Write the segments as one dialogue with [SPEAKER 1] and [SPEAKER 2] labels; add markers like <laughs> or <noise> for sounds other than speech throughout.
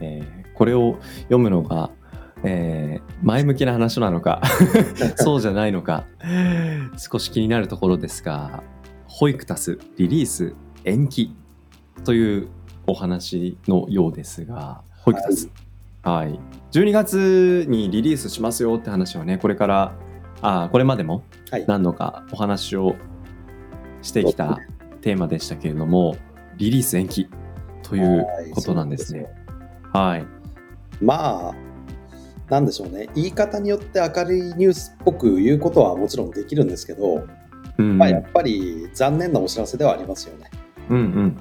[SPEAKER 1] えーこれを読むのが、えー前向きな話なのかそうじゃないのか少し気になるところですが「ホイクタスリリース延期」というお話のようですがホイクタスはい12月にリリースしますよって話はねこれからあーこれまでも
[SPEAKER 2] はい。
[SPEAKER 1] 何度かお話をしてきたテーマでしたけれどもリリース延期ということなんですね。はい、
[SPEAKER 2] まあ、なんでしょうね。言い方によって明るいニュースっぽく言うことはもちろんできるんですけど、
[SPEAKER 1] うん
[SPEAKER 2] まあ、やっぱり残念なお知らせではありますよね。
[SPEAKER 1] うんうん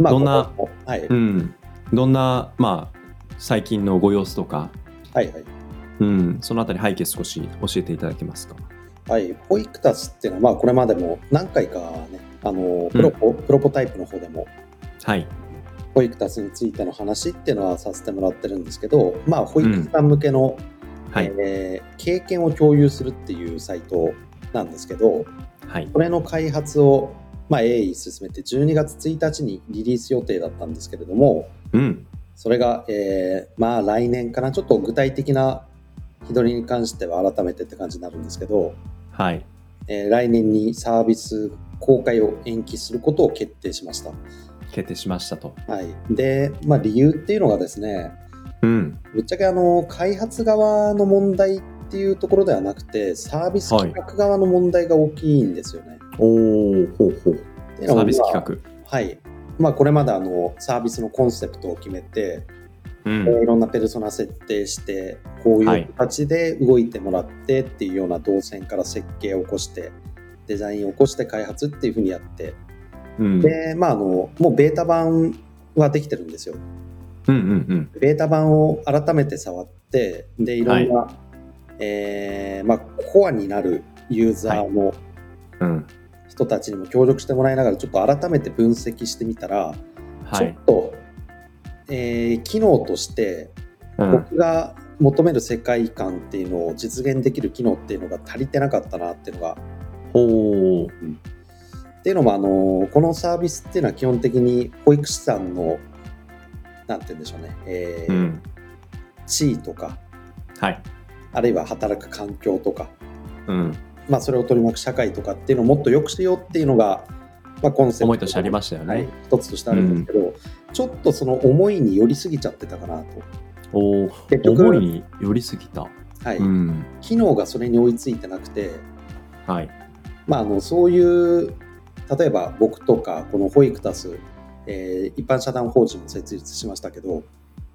[SPEAKER 2] まあ、
[SPEAKER 1] どんな
[SPEAKER 2] ここもはい、
[SPEAKER 1] うん、どんな、まあ、最近のご様子とか、
[SPEAKER 2] はい、はい。
[SPEAKER 1] うん、そのあたり背景少し教えていただけますか。
[SPEAKER 2] はい。ホイクタスっていうのは、まあ、これまでも何回かね、あの、プロポ、プロポタイプの方でも、
[SPEAKER 1] はい、
[SPEAKER 2] ホイクタスについての話っていうのはさせてもらってるんですけど、まあ、保育士さん向けの、
[SPEAKER 1] はい、
[SPEAKER 2] えー経験を共有するっていうサイトなんですけど、
[SPEAKER 1] はい、
[SPEAKER 2] これの開発を、まあ、鋭意進めて12月1日にリリース予定だったんですけれども
[SPEAKER 1] うん、
[SPEAKER 2] それが、えーまあ来年かなちょっと具体的な日取りに関しては改めてって感じになるんですけど、
[SPEAKER 1] はい、
[SPEAKER 2] えー来年にサービス公開を延期することを決定しました、
[SPEAKER 1] 決定しましたと。
[SPEAKER 2] はい、で、まあ、理由っていうのがですね
[SPEAKER 1] うん、
[SPEAKER 2] ぶっちゃけあの開発側の問題っていうところではなくてサービス企画側の問題が大きいんですよね、
[SPEAKER 1] おお、ほうほう。
[SPEAKER 2] ってい
[SPEAKER 1] サ
[SPEAKER 2] うの
[SPEAKER 1] ー
[SPEAKER 2] は
[SPEAKER 1] ビス
[SPEAKER 2] まあ
[SPEAKER 1] 企
[SPEAKER 2] はい。まあ、これまであのサービスのコンセプトを決めて、
[SPEAKER 1] 画。う
[SPEAKER 2] えー
[SPEAKER 1] ん、
[SPEAKER 2] いろんなペルソナ設定して、こう
[SPEAKER 1] はいいう
[SPEAKER 2] 形で動いてもらってっていうような動線から設計を起こして、デザインを起こして開発っていうふうにやって、
[SPEAKER 1] うん、うん、
[SPEAKER 2] で、まあ、あの、もうベータ版はできてるんですよ。
[SPEAKER 1] うん、
[SPEAKER 2] ベータ版を改めて触って、で、いろんな、えーまあ、コアになるユーザーの
[SPEAKER 1] うん、うん、
[SPEAKER 2] 人たちにも協力してもらいながら、ちょっと改めて分析してみたら、
[SPEAKER 1] は
[SPEAKER 2] ちょっ
[SPEAKER 1] い、
[SPEAKER 2] と、えー機能として
[SPEAKER 1] うん、
[SPEAKER 2] 僕が求める世界観っていうのを実現できる機能っていうのが足りてなかったなっていうのが
[SPEAKER 1] おお、
[SPEAKER 2] っていうのもあのこのサービスっていうのは基本的に保育士さんのなんて言うんでしょうね、えー
[SPEAKER 1] うん、
[SPEAKER 2] 地位とか
[SPEAKER 1] はい、
[SPEAKER 2] あるいは働く環境とか、
[SPEAKER 1] うん、
[SPEAKER 2] まあ、それを取り巻く社会とかっていうのをもっと良くしようっていうのが、まあ、コンセプト
[SPEAKER 1] 思いとしてありましたよ
[SPEAKER 2] はい
[SPEAKER 1] ね。、
[SPEAKER 2] 一つとしてあるんですけど、ちょっとその思いに寄りすぎちゃってたかなと
[SPEAKER 1] おお、
[SPEAKER 2] 結局、
[SPEAKER 1] 思いに寄りすぎた。
[SPEAKER 2] はい
[SPEAKER 1] うん、
[SPEAKER 2] 機能がそれに追いついてなくて、
[SPEAKER 1] はい、
[SPEAKER 2] まあ、あのそういう例えば僕とかこのホイクタス、えー一般社団法人も設立しましたけど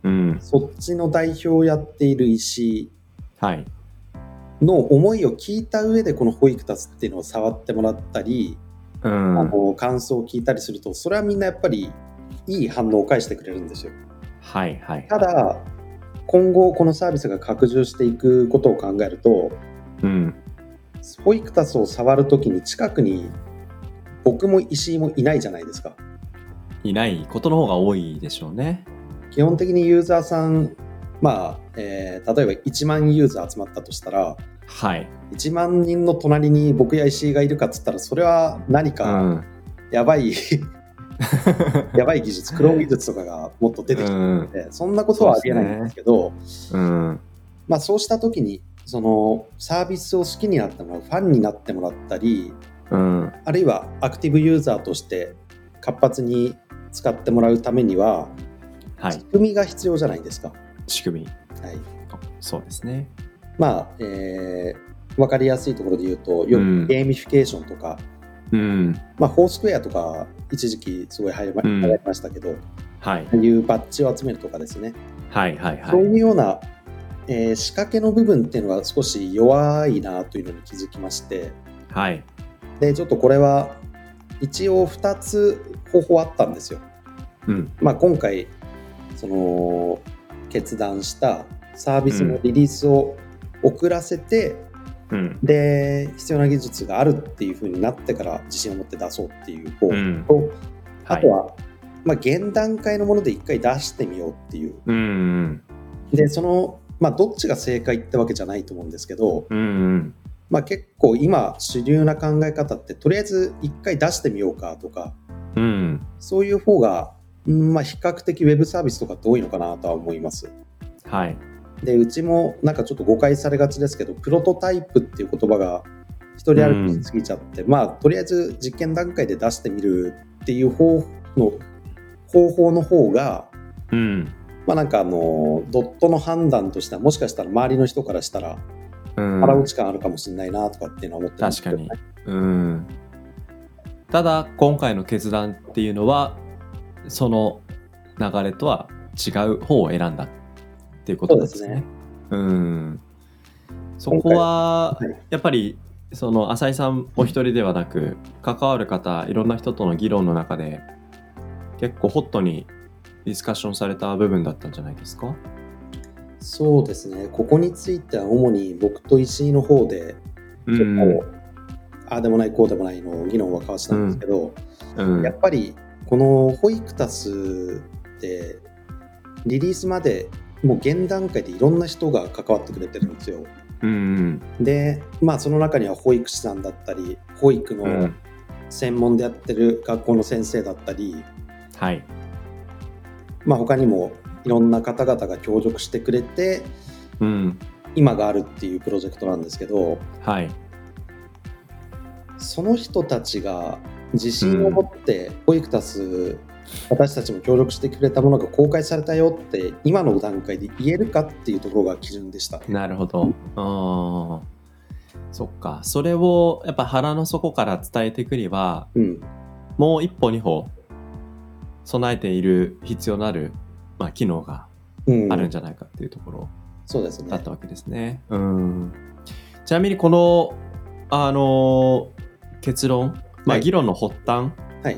[SPEAKER 1] うん、
[SPEAKER 2] そっちの代表をやっている石井
[SPEAKER 1] はい、
[SPEAKER 2] の思いを聞いた上でこのホイクタスっていうのを触ってもらったり、
[SPEAKER 1] う
[SPEAKER 2] あ
[SPEAKER 1] ん、
[SPEAKER 2] の感想を聞いたりするとそれはみんなやっぱりいい反応を返してくれるんですよ。
[SPEAKER 1] はい、はい、
[SPEAKER 2] ただ今後このサービスが拡充していくことを考えると
[SPEAKER 1] うん、
[SPEAKER 2] ホイクタスを触るときに近くに僕も石井もいないじゃないですか。
[SPEAKER 1] いないことの方が多いでしょうね。
[SPEAKER 2] 基本的にユーザーさん、まあえー例えば1万ユーザー集まったとしたら
[SPEAKER 1] はい。
[SPEAKER 2] 1万人の隣に僕や石井がいるかっつったらそれは何
[SPEAKER 1] う
[SPEAKER 2] か
[SPEAKER 1] ん。
[SPEAKER 2] や
[SPEAKER 1] <laughs>
[SPEAKER 2] ばい、やばい技術クローン技術とかがもっと出てきてるので、そんなことはありえないんですけど
[SPEAKER 1] うん。
[SPEAKER 2] まあ、そうした時にそのサービスを好きになってもらうファンになってもらったり
[SPEAKER 1] うん。
[SPEAKER 2] あるいはアクティブユーザーとして活発に使ってもらうためには
[SPEAKER 1] は
[SPEAKER 2] 仕
[SPEAKER 1] い。
[SPEAKER 2] 組みが必要じゃないですか。
[SPEAKER 1] 仕組み。
[SPEAKER 2] はい
[SPEAKER 1] そうですね。
[SPEAKER 2] まあ、えー、わかりやすいところで言うと、よ
[SPEAKER 1] うん
[SPEAKER 2] くゲーミフィケーションとか、
[SPEAKER 1] うん。
[SPEAKER 2] まあ、フォースクエアとか、一時期すごい流行りま
[SPEAKER 1] うん
[SPEAKER 2] 流行りましたけど、
[SPEAKER 1] はい。
[SPEAKER 2] ああいうバッジを集めるとかですね、
[SPEAKER 1] はいはいは
[SPEAKER 2] そ
[SPEAKER 1] い。
[SPEAKER 2] ういうような、えー仕掛けの部分っていうのが少し弱いなというのに気づきまして、
[SPEAKER 1] はい。
[SPEAKER 2] で、ちょっとこれは、一応2つ方法あったんですよ。
[SPEAKER 1] うん。
[SPEAKER 2] まあ、今回、その決断したサービスのリリースを遅らせて、
[SPEAKER 1] うん
[SPEAKER 2] で必要な技術があるっていう風になってから自信を持って出そうっていう方
[SPEAKER 1] うん
[SPEAKER 2] と、
[SPEAKER 1] は
[SPEAKER 2] あ
[SPEAKER 1] い
[SPEAKER 2] とは、まあ、現段階のもので一回出してみようっていう
[SPEAKER 1] うんうん
[SPEAKER 2] でその、まあ、どっちが正解ってわけじゃないと思うんですけど、
[SPEAKER 1] うんうん
[SPEAKER 2] まあ、結構今主流な考え方ってとりあえず一回出してみようかとか
[SPEAKER 1] うん
[SPEAKER 2] そういう方が、うんまあ、比較的ウェブサービスとかって多いのかなとは思います。
[SPEAKER 1] はい
[SPEAKER 2] でうちもなんかちょっと誤解されがちですけどプロトタイプっていう言葉が一人歩きしすぎちゃって、まあとりあえず実験段階で出してみるっていう方の方法の方が
[SPEAKER 1] うん
[SPEAKER 2] まあなんかあのドットの判断としてはもしかしたら周りの人からしたら
[SPEAKER 1] うん
[SPEAKER 2] 腹落ち感あるかもしれないなとかっていうのは思ってます
[SPEAKER 1] 確かにうんただ今回の決断っていうのはその流れとは違う方を選んだっていうことなんですね
[SPEAKER 2] そうですね
[SPEAKER 1] うんそこは
[SPEAKER 2] 今回はい
[SPEAKER 1] やっぱりその浅井さんお一人ではなく関わる方いろんな人との議論の中で結構ホットにディスカッションされた部分だったんじゃないですか
[SPEAKER 2] そうですねここについては主に僕と石井の方で
[SPEAKER 1] う
[SPEAKER 2] 結構、
[SPEAKER 1] ん
[SPEAKER 2] ああでもないこうでもないの議論は交わしたんですけど、
[SPEAKER 1] うん
[SPEAKER 2] やっぱりこのホイクタスってリリースまでもう現段階でいろんな人が関わってくれてるんですよ。
[SPEAKER 1] うん
[SPEAKER 2] でまあその中には保育士さんだったり保育
[SPEAKER 1] う
[SPEAKER 2] の
[SPEAKER 1] ん
[SPEAKER 2] 専門でやってる学校の先生だったり、
[SPEAKER 1] はい
[SPEAKER 2] まあ他にもいろんな方々が協力してくれて
[SPEAKER 1] うん
[SPEAKER 2] 今があるっていうプロジェクトなんですけど
[SPEAKER 1] はい
[SPEAKER 2] その人たちが自信を持って保育タス私たちも協力してくれたものが公開されたよって今の段階で言えるかっていうところが基準でした。
[SPEAKER 1] なるほど。あーそっか。それをやっぱ腹の底から伝えていくには、
[SPEAKER 2] うん、
[SPEAKER 1] もう一歩二歩備えている必要のある、まあ、機能が
[SPEAKER 2] うん、
[SPEAKER 1] あるんじゃないかっていうところ
[SPEAKER 2] そうです
[SPEAKER 1] だ
[SPEAKER 2] ね
[SPEAKER 1] っ。たわけですね。うん。ちなみにこの、あのー結論、ま
[SPEAKER 2] は
[SPEAKER 1] あ、
[SPEAKER 2] い
[SPEAKER 1] 議論の発端、
[SPEAKER 2] はい、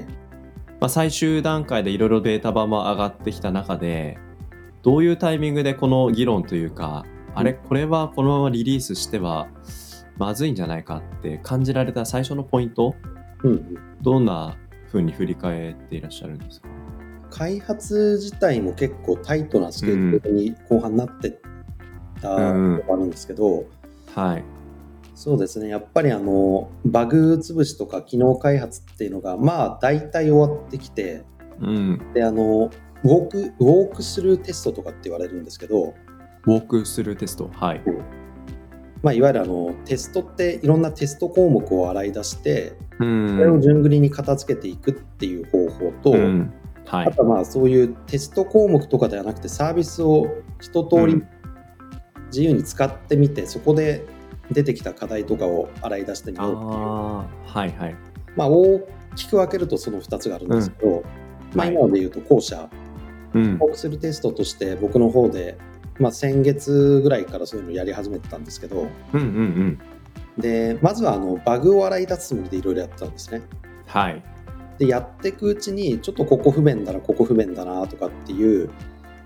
[SPEAKER 1] まあ、最終段階でいろいろデータ版も上がってきた中でどういうタイミングでこの議論というかあれこれはこのままリリースしてはまずいんじゃないかって感じられた最初のポイント
[SPEAKER 2] うんうん、
[SPEAKER 1] どんな風に振り返っていらっしゃるんですか
[SPEAKER 2] 開発自体も結構タイトなスケジュールに後半なってたのがあるんですけど、
[SPEAKER 1] はい。
[SPEAKER 2] そうですねやっぱりあのバグ潰しとか機能開発っていうのがまあ大体終わってきて
[SPEAKER 1] うん。
[SPEAKER 2] であのウォークウォークスルーテストとかって言われるんですけど、
[SPEAKER 1] ウォークスルーテスト。はい。
[SPEAKER 2] まあ、いわゆるあのテストっていろんなテスト項目を洗い出して
[SPEAKER 1] う
[SPEAKER 2] それを
[SPEAKER 1] ん。
[SPEAKER 2] 順繰りに片付けていくっていう方法と、
[SPEAKER 1] うん。は
[SPEAKER 2] あ
[SPEAKER 1] い。
[SPEAKER 2] とはまあそういうテスト項目とかではなくてサービスを一通
[SPEAKER 1] う
[SPEAKER 2] り
[SPEAKER 1] ん
[SPEAKER 2] 自由に使ってみて、そこで出てきた課題とかを洗い出してみ
[SPEAKER 1] あ
[SPEAKER 2] ようっていう
[SPEAKER 1] あー。はいはい。
[SPEAKER 2] まあ、大きく分けるとその2つがあるんですけど、まあ、
[SPEAKER 1] はい
[SPEAKER 2] 今ので言うと後者
[SPEAKER 1] うん
[SPEAKER 2] フォ。ークスルテストとして僕の方で、まあ、先月ぐらいからそういうのをやり始めてたんですけど
[SPEAKER 1] うんうんうん。
[SPEAKER 2] でまずはあのバグを洗い出すつもりでいろいろやってたんですね
[SPEAKER 1] はい。
[SPEAKER 2] でやっていくうちにちょっとここ不便だなここ不便だなとかっていう、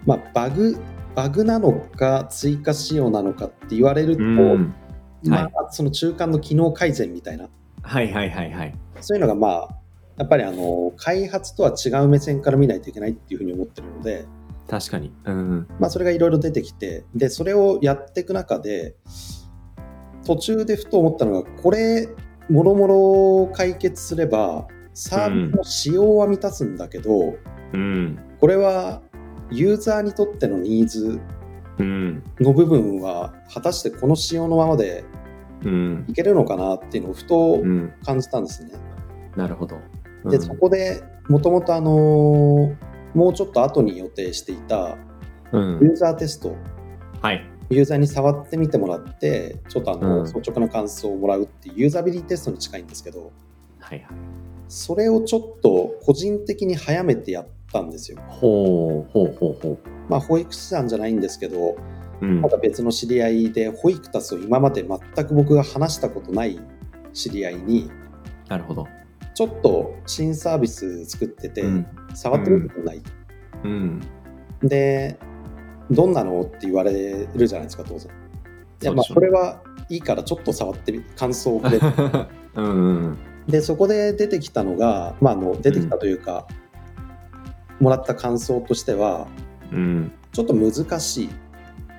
[SPEAKER 2] まあ、バグバグなのか追加仕様なのかって言われると、
[SPEAKER 1] うん。
[SPEAKER 2] まあ、その中間の機能改善みたいな
[SPEAKER 1] はいはいはいはい。
[SPEAKER 2] そういうのがまあやっぱりあの開発とは違う目線から見ないといけないっていうふうに思ってるので、
[SPEAKER 1] 確かに。うん。
[SPEAKER 2] まあ、それがいろいろ出てきてでそれをやっていく中で途中でふと思ったのがこれもろもろ解決すればサービスの仕様は満たすんだけど、
[SPEAKER 1] うん。
[SPEAKER 2] これはユーザーにとってのニーズ
[SPEAKER 1] うん。
[SPEAKER 2] の部分は果たしてこの仕様のままで
[SPEAKER 1] うん。
[SPEAKER 2] いけるのかなっていうのをふと
[SPEAKER 1] うん。
[SPEAKER 2] 感じたんですね。
[SPEAKER 1] なるほど。
[SPEAKER 2] でそこでもともとあのーもうちょっと後に予定していた
[SPEAKER 1] うん。う
[SPEAKER 2] ユ
[SPEAKER 1] ん
[SPEAKER 2] ーザーテスト
[SPEAKER 1] はい。
[SPEAKER 2] ユーザーに触ってみてもらってちょっとあの、
[SPEAKER 1] うん
[SPEAKER 2] 率直な感想をもらうっていうユーザビリティテストに近いんですけど
[SPEAKER 1] はいはい。
[SPEAKER 2] それをちょっと個人的に早めてやったんですよ。
[SPEAKER 1] ほうほうほうほ
[SPEAKER 2] まあ保育士さんじゃないんですけど
[SPEAKER 1] う。うん
[SPEAKER 2] ま。た別の知り合いで保育タスを今まで全く僕が話したことない知り合いに
[SPEAKER 1] なるほど。
[SPEAKER 2] ちょっと新サービス作ってて
[SPEAKER 1] うん。
[SPEAKER 2] 触ってみてくれない、
[SPEAKER 1] うん。
[SPEAKER 2] で、どんなのって言われるじゃないですか、当然。い
[SPEAKER 1] そ
[SPEAKER 2] や、
[SPEAKER 1] うで
[SPEAKER 2] まあ、
[SPEAKER 1] しょう
[SPEAKER 2] これはいいからちょっと触ってみ感想をくれ
[SPEAKER 1] うんうん
[SPEAKER 2] で、そこで出てきたのが、まあ、あの出てきたというか、もらった感想としては、
[SPEAKER 1] うん
[SPEAKER 2] ちょっと難しい。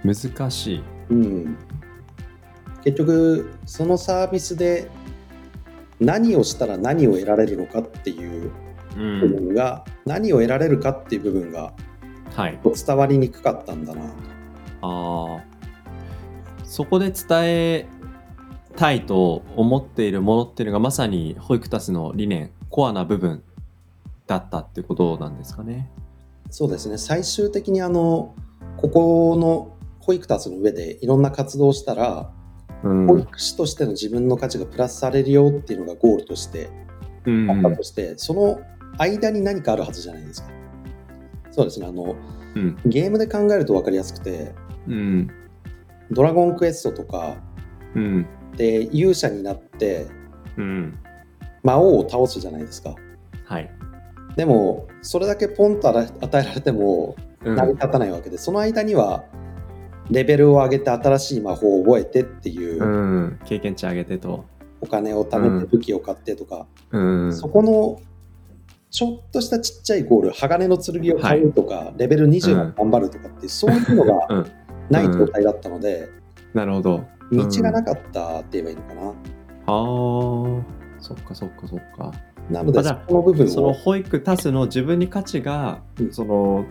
[SPEAKER 1] 難しい
[SPEAKER 2] うん、結局そのサービスで何をしたら何を得られるのかっていう
[SPEAKER 1] う
[SPEAKER 2] 部
[SPEAKER 1] ん
[SPEAKER 2] 分が、何を得られるかっていう部分が
[SPEAKER 1] はい
[SPEAKER 2] 伝わりにくかったんだな
[SPEAKER 1] あーそこで伝えたいと思っているものっていうのがまさに保育タスの理念コアな部分だったってことなんですかね
[SPEAKER 2] そうですね最終的にあのここの保育タスの上でいろんな活動をしたら、
[SPEAKER 1] うん
[SPEAKER 2] 保育士としての自分の価値がプラスされるよっていうのがゴールとして
[SPEAKER 1] うん
[SPEAKER 2] あったとして、その間に何かあるはずじゃないですか。そうですねあの
[SPEAKER 1] うん
[SPEAKER 2] ゲームで考えると分かりやすくて
[SPEAKER 1] うん
[SPEAKER 2] ドラゴンクエストとか
[SPEAKER 1] うん
[SPEAKER 2] で勇者になって
[SPEAKER 1] うん
[SPEAKER 2] 魔王を倒すじゃないですか
[SPEAKER 1] はい
[SPEAKER 2] でもそれだけポンと与えられても
[SPEAKER 1] うん
[SPEAKER 2] 成り立たないわけで、その間にはレベルを上げて新しい魔法を覚えてっていう、
[SPEAKER 1] うん経験値上げてと
[SPEAKER 2] お金を貯め
[SPEAKER 1] う
[SPEAKER 2] て
[SPEAKER 1] ん
[SPEAKER 2] 武器を買ってとか、
[SPEAKER 1] うん
[SPEAKER 2] そこのちょっとしたちっちゃいゴール鋼の剣を買うとか、レベル20まで頑張ると
[SPEAKER 1] <laughs>
[SPEAKER 2] かって、そういうのが
[SPEAKER 1] うん
[SPEAKER 2] ない状態だったので、
[SPEAKER 1] なるほどうん
[SPEAKER 2] 道がなかったって言えばいいのかな、
[SPEAKER 1] あーそっかそっかそっか
[SPEAKER 2] なので
[SPEAKER 1] あじ
[SPEAKER 2] そ
[SPEAKER 1] ゃあ
[SPEAKER 2] この部分
[SPEAKER 1] その
[SPEAKER 2] を
[SPEAKER 1] 保育足すの自分に価値が、
[SPEAKER 2] うん
[SPEAKER 1] その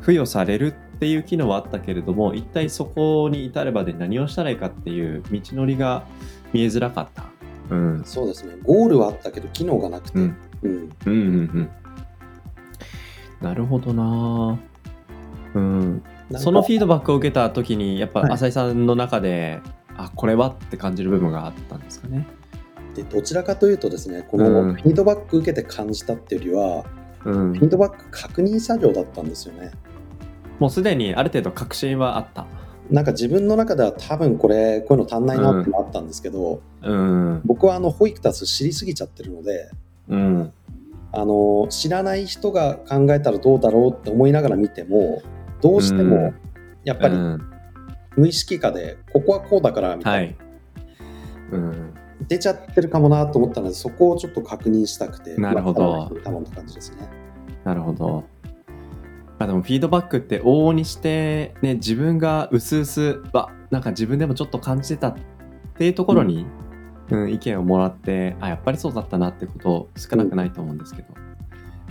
[SPEAKER 1] 付与されるっていう機能はあったけれども一体そこに至るまで何をしたらいいかっていう道のりが見えづらかった。うん
[SPEAKER 2] そうですねゴールはあったけど機能がなくて、
[SPEAKER 1] うん
[SPEAKER 2] うん、
[SPEAKER 1] うんうんうん、なるほどな、うん、
[SPEAKER 2] なんか
[SPEAKER 1] そのフィードバックを受けた時にやっ
[SPEAKER 2] はい
[SPEAKER 1] ぱ浅井さんの中で、あこれはって感じる部分があったんですかね。
[SPEAKER 2] でどちらかというとですねこ
[SPEAKER 1] う
[SPEAKER 2] の
[SPEAKER 1] ん
[SPEAKER 2] フィードバック受けて感じたっていうよりは、
[SPEAKER 1] うん
[SPEAKER 2] フィードバック確認作業だったんですよね
[SPEAKER 1] もうすでにある程度確信はあった。
[SPEAKER 2] なんか自分の中では多分これこういうの足んないなってのあったんですけど、
[SPEAKER 1] うん
[SPEAKER 2] 僕はあのホイクタス知りすぎちゃってるので
[SPEAKER 1] うん
[SPEAKER 2] あの知らない人が考えたらどうだろうって思いながら見てもどうして
[SPEAKER 1] う
[SPEAKER 2] も
[SPEAKER 1] ん
[SPEAKER 2] やっぱり
[SPEAKER 1] うん
[SPEAKER 2] 無意識化でここはこうだからみた
[SPEAKER 1] はい。
[SPEAKER 2] ない
[SPEAKER 1] うん、
[SPEAKER 2] 出ちゃってるかもなと思ったのでそこをちょっと確認したくて
[SPEAKER 1] なるほど
[SPEAKER 2] まあ多分って感じですね
[SPEAKER 1] なるほど。まあでもフィードバックって往々にして、ね、自分がうすうす、わなんか自分でもちょっと感じてたっていうところに、うん意見をもらって、あ、やっぱりそうだったなってこと少なくないと思うんですけど、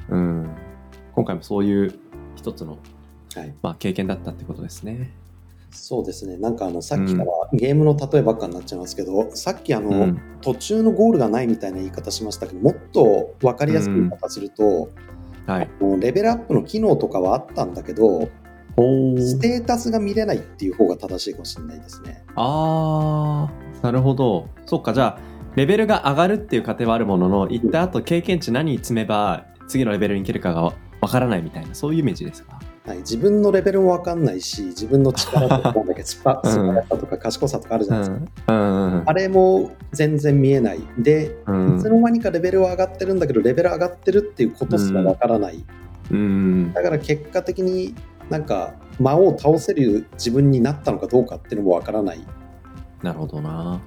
[SPEAKER 1] うん、今回もそういう一つの、
[SPEAKER 2] はい
[SPEAKER 1] まあ、経験だったってことですね。
[SPEAKER 2] そうですね、なんかあのさっきからゲームの例えばっかになっちゃいますけど、さっきあの、
[SPEAKER 1] うん、
[SPEAKER 2] 途中のゴールがないみたいな言い方しましたけど、もっと分かりやすく言い方すると、
[SPEAKER 1] はい。
[SPEAKER 2] もうレベルアップの機能とかはあったんだけど、
[SPEAKER 1] ほ
[SPEAKER 2] ステータスが見れないっていう方が正しいかもしれないですね。
[SPEAKER 1] あーなるほどそっかじゃあレベルが上がるっていう過程はあるものの行った後経験値何積めば次のレベルに行けるかがわからないみたいなそういうイメージですか
[SPEAKER 2] はい、自分のレベルも分かんないし、自分の力とかなんだっけ、スパ
[SPEAKER 1] うん
[SPEAKER 2] 素早さとか賢さとかあるじゃ
[SPEAKER 1] う
[SPEAKER 2] ないですか。
[SPEAKER 1] んうん
[SPEAKER 2] あれも全然見えない。で、
[SPEAKER 1] うん
[SPEAKER 2] いつの間にかレベルは上がってるんだけど、レベル上がってるっていうことすら分からない。
[SPEAKER 1] うん
[SPEAKER 2] だから結果的になんか魔王を倒せる自分になったのかどうかっていうのもわからない
[SPEAKER 1] なるほどな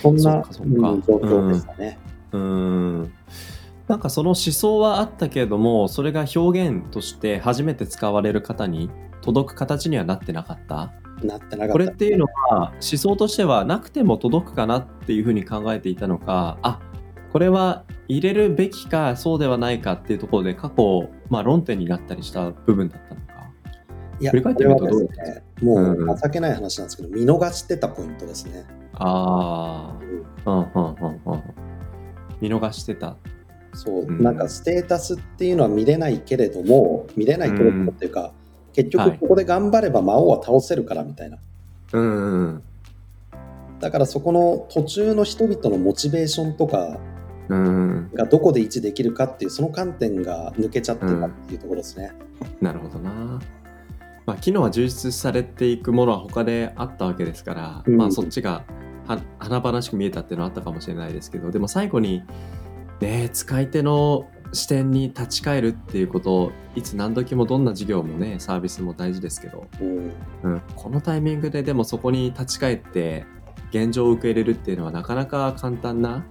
[SPEAKER 2] そん
[SPEAKER 1] そっ
[SPEAKER 2] な
[SPEAKER 1] かそっか
[SPEAKER 2] うん状況でしたね。
[SPEAKER 1] うんなんかその思想はあったけれどもそれが表現として初めて使われる方に届く形にはなってなかった
[SPEAKER 2] なってなかった
[SPEAKER 1] これっていうのは思想としてはなくても届くかなっていうふうに考えていたのかあこれは入れるべきかそうではないかっていうところで過去、まあ、論点になったりした部分だったのか
[SPEAKER 2] いや
[SPEAKER 1] 振り返ってみると
[SPEAKER 2] これはですねも
[SPEAKER 1] うんうん
[SPEAKER 2] う情けない話なんですけど見逃してたポイントですね。
[SPEAKER 1] ああうんうんうんうん見逃してた
[SPEAKER 2] そう
[SPEAKER 1] うん
[SPEAKER 2] なんかステータスっていうのは見れないけれども見れないけれどもっていうか、結局ここで頑張れば魔王は倒せるからみたいな。
[SPEAKER 1] うんうん
[SPEAKER 2] だからそこの途中の人々のモチベーションとか
[SPEAKER 1] うん
[SPEAKER 2] がどこで位置できるかっていうその観点が抜けちゃってたっていうところですね。
[SPEAKER 1] なるほどなまあ機能は充実されていくものは他であったわけですから、
[SPEAKER 2] うん
[SPEAKER 1] まあそっちがは華々しく見えたっていうのはあったかもしれないですけどでも最後にねえ使い手の視点に立ち返るっていうことをいつ何時もどんな事業もねサービスも大事ですけど、
[SPEAKER 2] うん
[SPEAKER 1] うん、このタイミングででもそこに立ち返って現状を受け入れるっていうのはなかなか簡単な、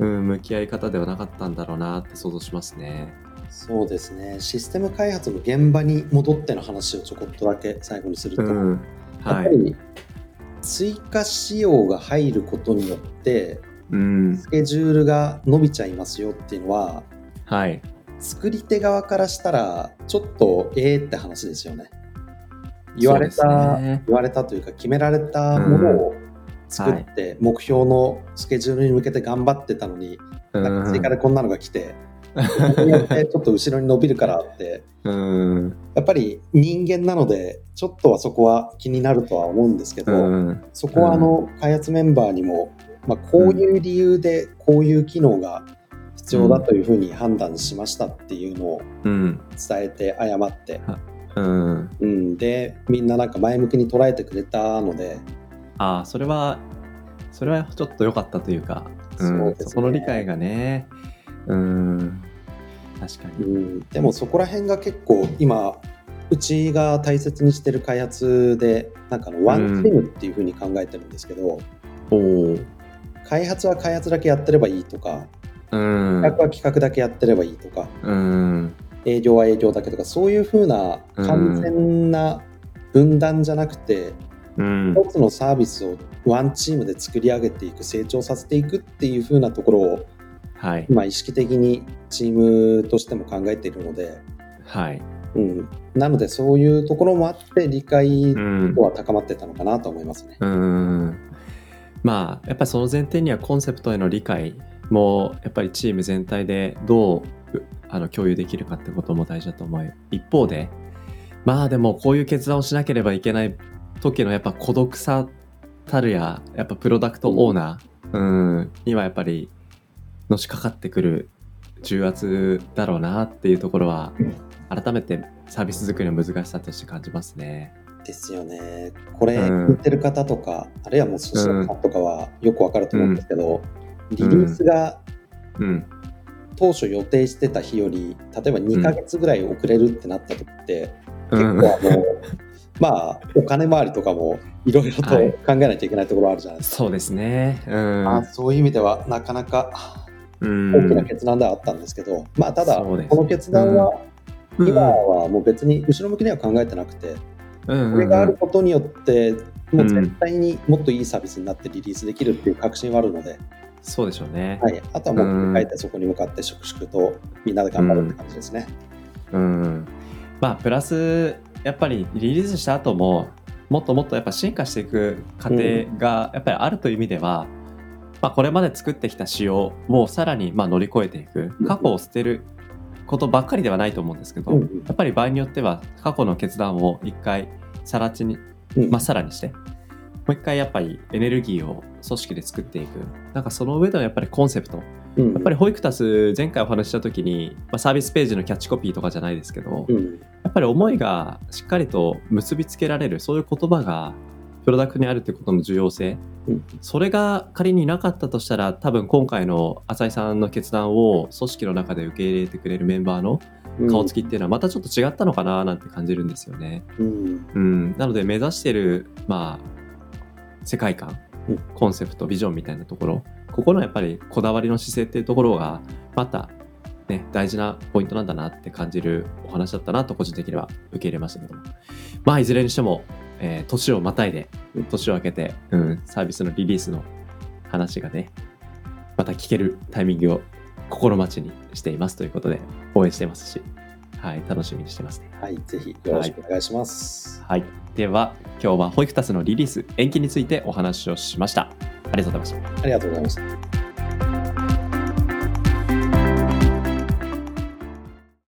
[SPEAKER 1] うん、向き合い方ではなかったんだろうなって想像しますね。
[SPEAKER 2] そうですねシステム開発の現場に戻っての話をちょこっとだけ最後にすると、
[SPEAKER 1] うん、
[SPEAKER 2] やっ
[SPEAKER 1] は
[SPEAKER 2] ぱ
[SPEAKER 1] い、
[SPEAKER 2] り追加仕様が入ることによって
[SPEAKER 1] うん
[SPEAKER 2] ス、ケジュールが伸びちゃいますよっていうのは
[SPEAKER 1] はい、
[SPEAKER 2] 作り手側からしたらちょっとええって話ですよね言われ
[SPEAKER 1] そう
[SPEAKER 2] た、
[SPEAKER 1] ですね
[SPEAKER 2] 言われたというか決められたものを作って目標のスケジュールに向けて頑張ってたのに、なんか追加でこんなのが来て、こうや
[SPEAKER 1] <laughs>
[SPEAKER 2] ってちょっと後ろに伸びるからって
[SPEAKER 1] うん、うん
[SPEAKER 2] やっぱり人間なのでちょっとはそこは気になるとは思うんですけど、
[SPEAKER 1] うん
[SPEAKER 2] そこはあの開発メンバーにも、まあ、こういう理由でこういう機能が必要だというふうに判断しましたっていうのを
[SPEAKER 1] うん
[SPEAKER 2] 伝えて謝って、
[SPEAKER 1] うん、
[SPEAKER 2] うん、でみんななんか前向きに捉えてくれたので
[SPEAKER 1] ああそれはそれはちょっと良かったというか、うん
[SPEAKER 2] そう
[SPEAKER 1] そ
[SPEAKER 2] ですね
[SPEAKER 1] この理解がねうん確かに
[SPEAKER 2] うん、でもそこら辺が結構今うちが大切にしてる開発でなんかあのワンチームっていうふうに考えてるんですけど、
[SPEAKER 1] おお
[SPEAKER 2] 開発は開発だけやってればいいとか
[SPEAKER 1] うん
[SPEAKER 2] 企画は企画だけやってればいいとか
[SPEAKER 1] うん
[SPEAKER 2] 営業は営業だけとかそういうふうな完全な分断じゃなくて
[SPEAKER 1] うん
[SPEAKER 2] 一つのサービスをワンチームで作り上げていく成長させていくっていうふうなところを
[SPEAKER 1] はい
[SPEAKER 2] 今意識的にチームとしても考えているので。
[SPEAKER 1] はい
[SPEAKER 2] うん、なのでそういうところもあって理解
[SPEAKER 1] うん
[SPEAKER 2] 度は高まってたのかなと思いますね。
[SPEAKER 1] うんまあやっぱりその前提にはコンセプトへの理解もやっぱりチーム全体でどううあの共有できるかってことも大事だと思う一方でまあでもこういう決断をしなければいけない時のやっぱ孤独さたるややっぱプロダクトオーナー、うん、にはやっぱりのしかかってくる重圧だろうなっていうところは改めてサービス作りの難しさとして感じますね。
[SPEAKER 2] ですよね。これ
[SPEAKER 1] うん
[SPEAKER 2] 聞いてる方とか、あるいはもう寿司屋さんとかはよくわかると思うんですけど、リリースが
[SPEAKER 1] うん、
[SPEAKER 2] 当初予定してた日より例えば2ヶ月ぐらい遅れるってなった時って、
[SPEAKER 1] うん
[SPEAKER 2] 結構あ
[SPEAKER 1] <laughs>
[SPEAKER 2] のまあお金回りとかもいろいろと考
[SPEAKER 1] はい
[SPEAKER 2] えなきゃいけないところあるじゃないですか。
[SPEAKER 1] そうですね。うん。
[SPEAKER 2] あそういう意味ではなかなか
[SPEAKER 1] うん、
[SPEAKER 2] 大きな決断ではあったんですけど、まあただ
[SPEAKER 1] そうです
[SPEAKER 2] この決断は今はもう別に後ろ向きには考えてなくて、
[SPEAKER 1] うん、
[SPEAKER 2] これがあることによって、もう絶対にもっといいサービスになってリリースできるっていう確信はあるので、
[SPEAKER 1] そうでしょうね。
[SPEAKER 2] はい、あとはもう切り替えてそこに向かって粛々とみんなで頑張るって感じですね。
[SPEAKER 1] うん。まあ、プラス、やっぱりリリースした後も、もっともっとやっぱ進化していく過程がやっぱりあるという意味では、まあ、これまで作ってきた仕様をさらにまあ乗り越えていく
[SPEAKER 2] うん
[SPEAKER 1] 過去を捨てることばっかりではないと思うんですけど、
[SPEAKER 2] うんう
[SPEAKER 1] や
[SPEAKER 2] ん
[SPEAKER 1] っぱり場合によっては過去の決断を一回さら地に
[SPEAKER 2] うん
[SPEAKER 1] まあ、さらにして、もう一回やっぱりエネルギーを組織で作っていく。なんかその上でのやっぱりコンセプト。や
[SPEAKER 2] うん
[SPEAKER 1] っぱりホイクタス前回お話しした時に、まあ、サービスページのキャッチコピーとかじゃないですけど、
[SPEAKER 2] うん
[SPEAKER 1] やっぱり思いがしっかりと結びつけられる、そういう言葉がプロダクトにあるってことの重要性。
[SPEAKER 2] うん
[SPEAKER 1] それが仮になかったとしたら、多分今回の浅井さんの決断を組織の中で受け入れてくれるメンバーの顔つきっていうのはまたちょっと違ったのかななんて感じるんですよね。
[SPEAKER 2] うん
[SPEAKER 1] うん、なので目指してる、まあ、世界観、
[SPEAKER 2] うん
[SPEAKER 1] コンセプトビジョンみたいなところここのやっぱりこだわりの姿勢っていうところがまた、ね、大事なポイントなんだなって感じるお話だったなと個人的には受け入れましたけどもまあいずれにしても、えー年をまたいで
[SPEAKER 2] うん
[SPEAKER 1] 年を明けて、うん、サービスのリリースの話がねまた聞けるタイミングを心待ちにしていますということで応援していますし、はい、楽しみにしてますね。
[SPEAKER 2] はい、ぜひよろしくお願いします。
[SPEAKER 1] はい、では今日はホイクタスのリリース延期についてお話をしました。ありがとうございました。
[SPEAKER 2] ありがとうございました。